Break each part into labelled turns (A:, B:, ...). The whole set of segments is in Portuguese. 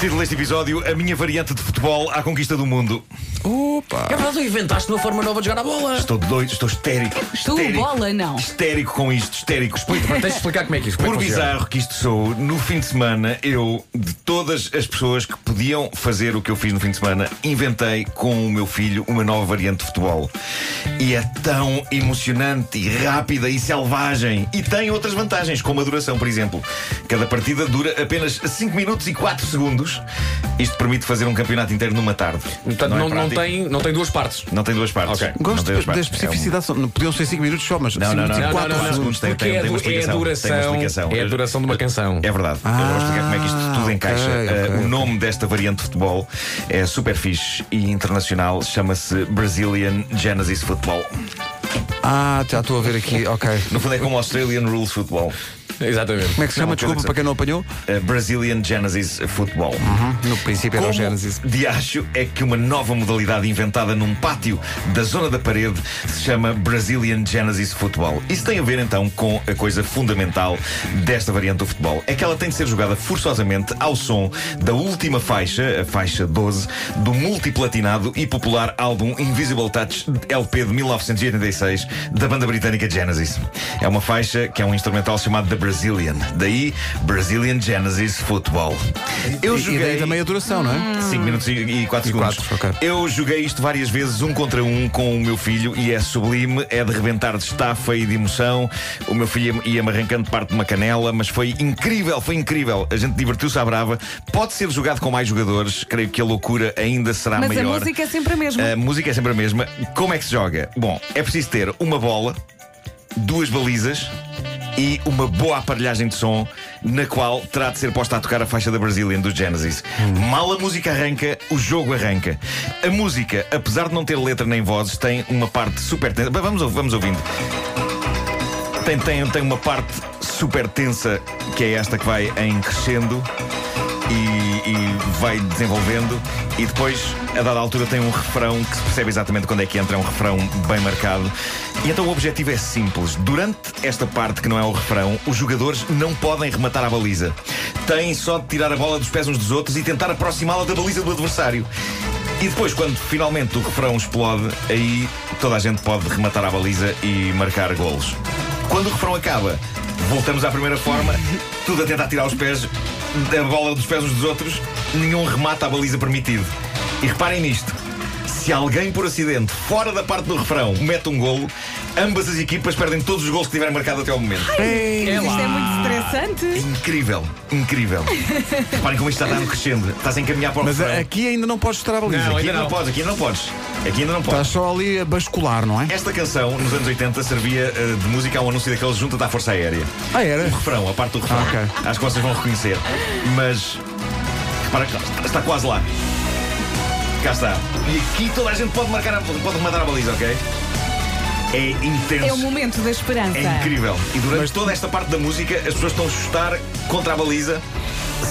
A: Título deste episódio: A minha variante de futebol à conquista do mundo.
B: É verdade, tu inventaste uma forma nova de jogar a bola.
A: Estou doido, estou histérico.
C: Tu,
A: histérico,
C: bola, não.
A: Histérico com isto, histérico. Explico-me.
D: Tens de explicar como é que isto como é
A: Por
D: que funciona.
A: bizarro que isto sou, no fim de semana, eu, de todas as pessoas que podiam fazer o que eu fiz no fim de semana, inventei com o meu filho uma nova variante de futebol. E é tão emocionante e rápida e selvagem. E tem outras vantagens, como a duração, por exemplo. Cada partida dura apenas 5 minutos e 4 segundos. Isto permite fazer um campeonato inteiro numa tarde.
D: Portanto, não,
A: é
D: não
A: prático?
D: tem, não tem duas partes.
A: Não tem duas partes.
D: Ok.
A: Não
E: Gosto
A: tem duas
E: da
A: partes. É um-
E: especificidade. só- não Podiam ser 5 minutos só, mas
A: não, não, não,
E: 54
A: não, não, não.
E: segundos.
A: Tem-
D: Porque
A: tem-
D: é,
A: tem uma
D: du- é a
A: explicação,
D: duração,
A: tem uma explicação.
D: É a duração de uma canção.
A: É verdade. eu vou explicar como é que isto tudo
E: Ah,
A: encaixa.
E: ok,
A: Eh,
E: ok.
A: o nome desta variante de futebol é super fixe e internacional, chama-se Brazilian Genesis Football.
E: Ah, já estou a ver aqui, ok.
A: No fundo é como Australian Rules Football.
D: Exatamente.
E: Como é que se
A: Não,
E: chama?
A: uma coisa
E: Desculpa
A: que-
E: para quem não apanhou.
A: Eh, Brazilian Genesis Football.
E: No princípio era o Genesis.
A: Como de acho é que uma nova modalidade inventada num pátio da zona da parede se chama Brazilian Genesis Football. Isso tem a ver então com a coisa fundamental desta variante do futebol. É que ela tem de ser jogada forçosamente ao som da última faixa, a faixa 12, do multiplatinado e popular álbum Invisible Touch LP de 1986 da banda britânica Genesis. É uma faixa que é um instrumental chamado The Brazilian. Daí Brazilian Genesis Football. Eu
E: E- E daí também a duração, não é?
A: 5
C: Ah.
A: minutos e 4 segundos.
E: quatro, ok.
A: Eu joguei isto várias vezes, um contra um, com o meu filho, e é sublime, é de rebentar de estafa e de emoção. O meu filho ia- ia-me arrancando parte de uma canela, mas foi incrível, foi incrível. A gente divertiu-se à brava. Pode ser jogado com mais jogadores, creio que a loucura ainda será
C: Mas a
A: maior.
C: música é sempre a mesma.
A: A música é sempre a mesma. Como é que se joga? Bom, é preciso ter uma bola, duas balizas e uma boa aparelhagem de som na qual terá de ser posta a tocar a faixa da Brazilian do Genesis. Mal a música arranca, o jogo arranca. A música, apesar de não ter letra nem vozes, tem uma parte super tensa. Bem, Vamos, ou- vamos ouvindo. Tem, tem, tem uma parte super tensa que é esta que vai em crescendo e, e vai desenvolvendo e depois a dada altura tem um refrão que se percebe exatamente quando é que entra, é um refrão bem marcado. E então o objetivo é simples. Durante esta parte que não é o refrão, os jogadores não podem rematar a baliza. Têm só de tirar a bola dos pés uns dos outros e tentar aproximá-la da baliza do adversário. E depois, quando finalmente o refrão explode, aí toda a gente pode rematar a baliza e marcar golos. Quando o refrão acaba, voltamos à primeira forma, tudo a tentar tirar os pés, a bola dos pés uns dos outros, nenhum remata a baliza permitido. E reparem nisto: se alguém por acidente, fora da parte do refrão, mete um golo, ambas as equipas perdem todos os golos que tiverem marcado até ao momento.
C: Mas Isto é muito estressante.
A: Incrível, incrível. Reparem como isto está a dar crescendo, estás a encaminhar para o
E: Mas
A: refrão.
E: a- aqui ainda não Tá. podes estar a baliza.
D: Não,
A: Aqui
D: ainda
A: ainda não podes, aqui ainda não podes. Aqui ainda não podes.
E: Estás só ali a bascular, não é?
A: Esta canção, nos anos 80, servia eh, de música a um anúncio daqueles junta da Força Aérea.
E: Ah, era?
A: O refrão, a parte do refrão.
E: Ah, ok.
A: Acho que vocês vão reconhecer. Mas. Repara, que está- está quase lá. Cá está. E aqui toda a gente pode marcar, a- pode mandar a baliza, ok? É intenso.
C: É o momento da esperança.
A: É incrível. E durante toda esta parte da música, as pessoas estão a chutar contra a baliza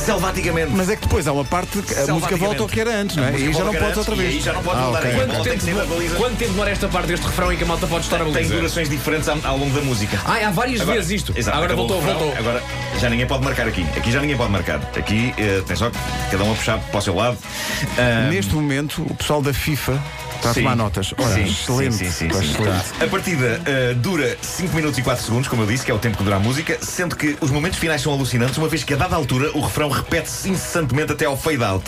A: selvaticamente.
E: Mas é que depois há uma parte que a música volta ao que era antes, não
A: A
E: é?
A: música
E: E já não
A: volta ao que
E: podes
A: era
E: outra
A: antes,
E: vez.
A: e aí já não podes
E: Ah,
A: mudar
E: ok.
A: aí. A bola
D: Quanto
A: tem
D: tempo,
A: que sair da baliza.
D: demora, quanto tempo demora esta parte deste refrão em que a malta pode estar a
A: Tem
D: baliza?
A: durações diferentes ao, ao longo da música.
D: Ah, há várias
A: Agora-
D: vezes isto.
A: Exato,
D: Agora
A: acabou
D: voltou,
A: o refrão, é
D: voltou.
A: Agora já ninguém pode marcar aqui. Aqui já ninguém pode marcar. Aqui eh, tem só cada um a puxar para o seu lado. Ah,
E: Neste momento, o pessoal da FIFA está a
A: Sim.
E: tomar notas. Olha,
A: Sim,
E: excelente.
A: sim, sim, sim,
E: pá,
A: sim.
E: excelente.
A: A partida eh, dura 5 minutos e 4 segundos, como eu disse, que é o tempo que dura a música, sendo que os momentos finais são alucinantes, uma vez que a dada altura o refrão repete-se incessantemente até ao fade-out.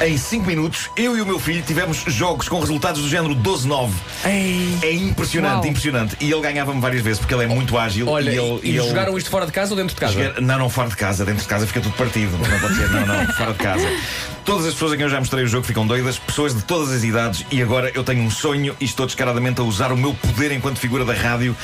A: Em 5 minutos, eu e o meu filho tivemos jogos com resultados do género 12-9. É impressionante,
C: Uau.
A: impressionante. E ele ganhava-me várias vezes, porque ele é muito ágil.
D: Olha,
A: e ele,
D: e,
A: e ele-
D: jogaram um isto fora de casa ou dentro de casa?
A: Chegar- é- Não, não, fora de casa. Dentro de casa fica tudo partido. Não pode ser, não, não, fora de casa. Todas as pessoas a quem eu já mostrei o jogo ficam doidas, pessoas de todas as idades, e agora eu tenho um sonho e estou descaradamente a usar o meu poder enquanto figura da rádio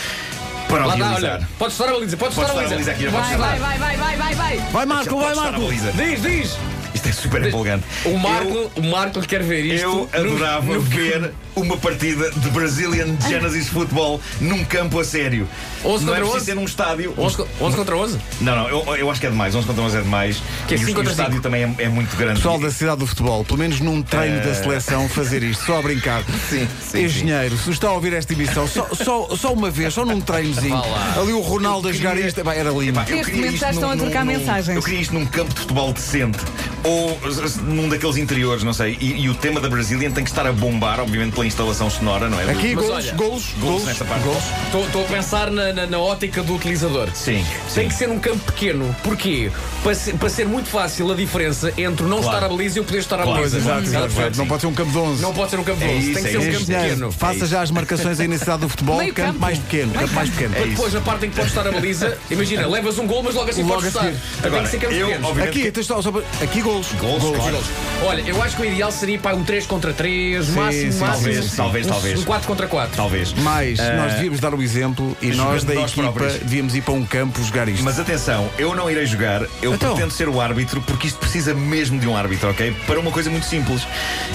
A: para
D: Lá
A: o
D: dá,
A: realizar.
D: olha. Podes estar a baliza, podes estar a
A: Podes
D: baliza.
A: estar a baliza aqui,
D: Podes
A: podes
C: Vai,
D: estar.
C: vai, vai, vai, vai, vai.
E: Vai, Marco, vai,
A: Pode estar a
E: Marco!
A: baliza.
D: Diz, diz.
A: Isto Isto é super empolgante.
D: O Marco,
A: Eu-
D: o Marco quer ver isto.
A: Eu
D: no-
A: adorava
D: no-
A: ver uma partida de Brazilian Genesis Football num campo a sério.
D: Onze
A: não é
D: contra
A: preciso
D: onze?
A: ser num estádio.
D: 11, co- 11 contra 11?
A: Não, não, eu, eu acho que é demais. 11 contra 11 é demais.
D: Que é
A: e o-
D: cinco
A: e o
D: contra
A: estádio
D: cinco.
A: também é, é muito grande.
E: Pessoal da cidade do futebol, pelo menos num treino da seleção, fazer isto, só a brincar.
A: É. Sim, sim,
E: Engenheiro, se está a ouvir esta emissão, só, só, só uma vez, só num treinozinho.
D: Vá lá.
E: Ali o Ronaldo a jogar isto, epá, era lindo.
A: Epá, eu
C: Neste
A: queria
C: momento
A: isto
C: já estão
A: num-
C: a trocar
A: num-
C: mensagens.
A: Eu queria isto num campo de futebol decente ou s- num daqueles interiores, não sei. E, e o tema da Brazilian tem que estar a bombar, obviamente, pela instalação sonora, não é?
E: Aqui,
D: Mas
E: golos,
D: olha,
E: golos,
A: golos
E: golos,
A: nesta parte.
E: golos.
D: Estou a pensar na, na- na ótica do utilizador.
A: Sim,
D: Tem
A: sim.
D: que ser um campo pequeno. Porquê? Para ser, para ser muito fácil a diferença entre não
A: Claro.
D: estar a baliza e eu poder estar à
A: Claro,
D: baliza.
A: exato,
E: Exato, exato, exato. Não pode ser um campo de 11.
D: Não pode ser um campo de
A: É
D: 11.
A: isso,
D: Tem que
A: é
D: ser um
A: isso.
D: campo
E: Engenheiro,
D: pequeno.
E: faça já as marcações aí na cidade do futebol,
C: Meio
E: campo,
C: campo.
E: mais pequeno, campo mais pequeno.
A: É
D: Depois,
A: isso.
D: na parte em que podes estar a baliza, imagina, levas um gol, mas logo assim
E: Logo
D: podes
E: a
D: estar.
E: seguir.
D: Tem
A: Agora,
D: que ser campo
A: eu,
D: pequeno.
A: obviamente,
E: Aqui, atenção, só para- aqui golos.
A: Golos, claro.
D: Olha, eu acho que o ideal seria para um 3 contra 3, máximo,
E: sim,
D: máximo.
A: talvez,
D: um,
A: talvez,
D: um,
A: talvez.
D: Um 4 contra 4.
A: Talvez.
E: Mas
A: Ah,
E: nós devíamos dar o exemplo e nós
A: É jogando
E: da
A: nós
E: equipa
A: próprios.
E: devíamos ir para um campo jogar isto.
A: Mas atenção, eu não irei jogar, eu
E: Então.
A: pretendo ser o árbitro porque isto precisa mesmo de um árbitro, ok? Para uma coisa muito simples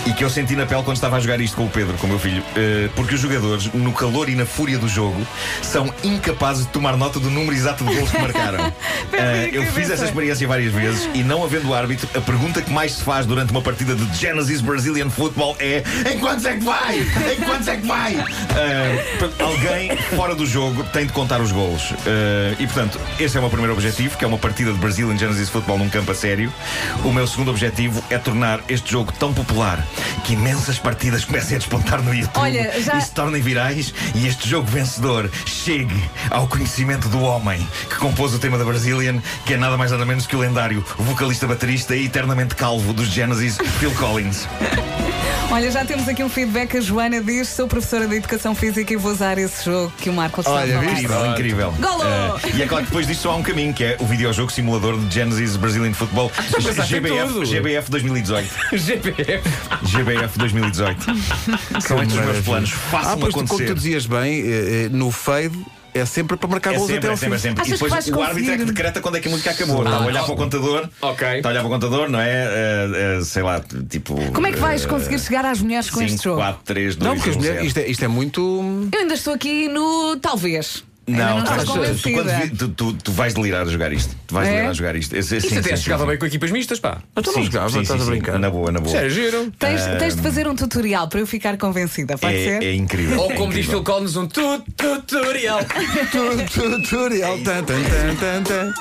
A: e que eu senti na pele quando estava a jogar isto com o Pedro, com o meu filho, Eh, porque os jogadores, no calor e na fúria do jogo, são incapazes de tomar nota do número exato de gols que marcaram. Eh, eu fiz essa experiência várias vezes e, não havendo árbitro, a pergunta que mais se faz durante uma partida de Genesis Brazilian Football é: em quantos é que vai? Em quantos é que vai? Eh, portanto, alguém fora do jogo tem de contar os golos. Eh, e portanto, este é o meu primeiro objetivo, que é uma partida de Brazilian Genesis Football num campo a sério. O meu segundo objetivo é tornar este jogo tão popular que imensas partidas comecem a despontar no YouTube
C: Olha, já-
A: e se tornem virais e este jogo vencedor chegue ao conhecimento do homem que compôs o tema da Brazilian, que é nada mais nada menos que o lendário vocalista, baterista e eternamente calvo dos Genesis, Phil Collins.
C: Olha, já temos aqui um feedback. A Joana diz: sou professora de educação física e vou usar esse jogo que o Marco está
E: Olha,
C: a falar.
E: viste?
A: Incrível, incrível.
C: Golo!
A: Eh, e é claro que depois disto só há um caminho, que é o videojogo simulador de Genesis Brazilian Football
E: é
D: pensaste em
A: GBF,
D: tudo.
A: GBF 2018.
D: GPF.
A: GBF 2018. São estes os meus
E: Maravilha.
A: planos.
E: Ah,
A: Façam
E: pois tu, como
A: acontecer.
E: tu dizias bem, eh, eh, no fade é sempre para marcar
A: É
E: gols
A: sempre,
E: até
A: é
E: ao
A: sempre, é
E: fim.
A: sempre.
C: Achas
A: e depois
C: que vais
A: o árbitro é que
C: conseguir?
A: decreta quando é que a música acabou. Está a olhar
D: ah,
A: para o contador.
D: ok.
A: Está a olhar para o contador, não é? Eh, eh, sei lá, t- tipo. eh,
C: Como é que vais conseguir chegar às mulheres com
A: 5,
C: este jogo?
A: 4, 3, 2,
E: Não, porque as mulheres, isto é, isto é muito.
C: Eu ainda estou aqui no talvez. Ainda
A: Não, tu,
C: estás
A: vais, tu, quando
C: convencida.
A: vi- tu, tu- tu vais delirar a jogar isto. Tu vais
C: É?
A: delirar a jogar isto. Esse-
D: Isto
A: sim,
D: até é
A: sim,
D: chegava
A: sim,
D: bem com equipas mistas, pá.
E: Então não
A: Sim,
E: jogava,
A: sim,
E: estás
A: sim,
E: a
A: sim.
E: brincar.
A: Na boa, na boa.
D: Isso é giro.
C: Tens, tens de fazer um tutorial para eu ficar convencida, pode ser?
A: É, é incrível.
D: Ou
A: é
D: como diz
A: incrível.
D: Phil Collins, um tu- tutorial.
E: Tutorial. Tan, tan, tan, tan, tan.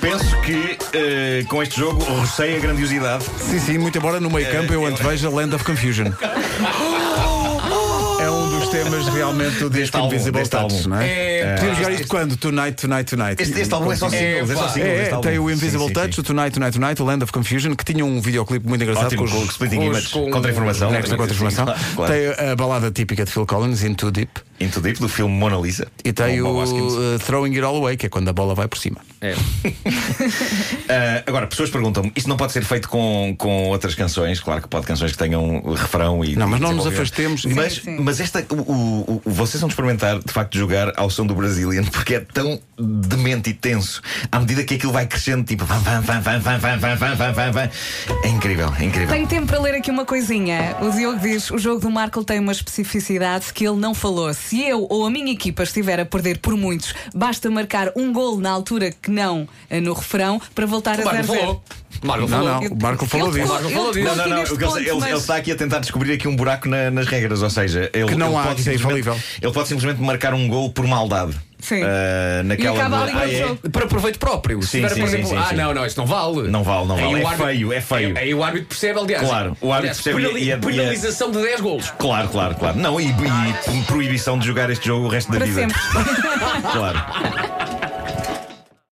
A: Penso que eh, com este jogo recei a grandiosidade.
E: Sim, sim, muito embora no
A: É,
E: meio campo eu antevejo a Land of Confusion. É um dos temas realmente do
A: Deste
E: disco
A: álbum,
E: Invisible
A: deste
E: Touch,
A: álbum.
E: não é?
D: É,
E: Podemos jogar
D: pá,
E: isto quando? Tonight, Tonight, Tonight.
A: Este, este álbum é só singles, é só
D: pá.
A: singles.
E: É,
A: este
E: é,
A: álbum.
E: tem o Invisible
A: Sim, sim,
E: Touch,
A: sim.
E: o Tonight, Tonight, Tonight, o Land of Confusion, que tinha um videoclipe muito engraçado
A: Ótimo, com o
E: os
A: Splitting
D: os-
A: Image,
D: com-
A: contra-informação.
E: bonecos da contra-informação.
A: Sim, claro.
E: Tem a balada típica de Phil Collins, Into Deep.
A: Into Deep, do filme Mona Lisa.
E: E tem
A: com
E: o
A: Bob Hoskins.
E: uh, Throwing It All Away, que é quando a bola vai por cima.
D: É.
A: Ah, agora, pessoas perguntam-me, isto não pode ser feito com, com outras canções? Claro que pode, canções que tenham refrão e.
E: Não, mas
A: e
E: não nos
A: desenvolvimento.
E: afastemos.
A: Mas,
C: Sim, sim.
A: mas esta. O, o- o- vocês vão experimentar, de facto, jogar ao som do Brazilian, porque é tão demente e tenso à medida que aquilo vai crescendo, tipo. Van, van, van, van, van, van, van, van, van, van, van. É incrível, é incrível.
C: Tenho tempo para ler aqui uma coisinha. O Diogo diz: o jogo do Marco tem uma especificidade que ele não falou. Se eu ou a minha equipa estiver a perder por muitos, basta marcar um gol na altura que não eh, no refrão para voltar a
D: Marco
C: 0
D: falou. Marco
E: Não,
D: falou.
E: não, o Marco falou disso.
D: Marco falou disso.
A: Não, não, não. o que ele, ele- ele está aqui a tentar descobrir aqui um buraco na- nas regras, ou seja, ele,
E: Que não
A: ele
E: há,
A: pode
E: isso é
A: simplesmente-
E: infalível.
A: Ele pode simplesmente marcar um gol por maldade.
C: Sim.
A: Ah, naquela
C: E acaba
A: de-
C: ali
A: Ah,
C: o
A: é?
C: jogo.
D: Para proveito próprio. Se
A: Sim,
D: tiver,
A: sim,
D: por
A: sim,
D: exemplo,
A: sim,
D: ah,
A: sim.
D: não, não, isso não vale.
A: Não vale, não
D: Aí
A: vale.
D: o
A: É
D: árbitro-
A: feio, é feio.
D: Aí o árbitro percebe, aliás.
A: Claro, o árbitro
D: Aliás,
A: percebe
D: penali-
A: e- é- e-
D: Penalização de 10 golos.
A: Claro, claro, claro. Não, e, e proibição de jogar este jogo o resto da
C: Para
A: vida.
C: sempre.
A: Claro.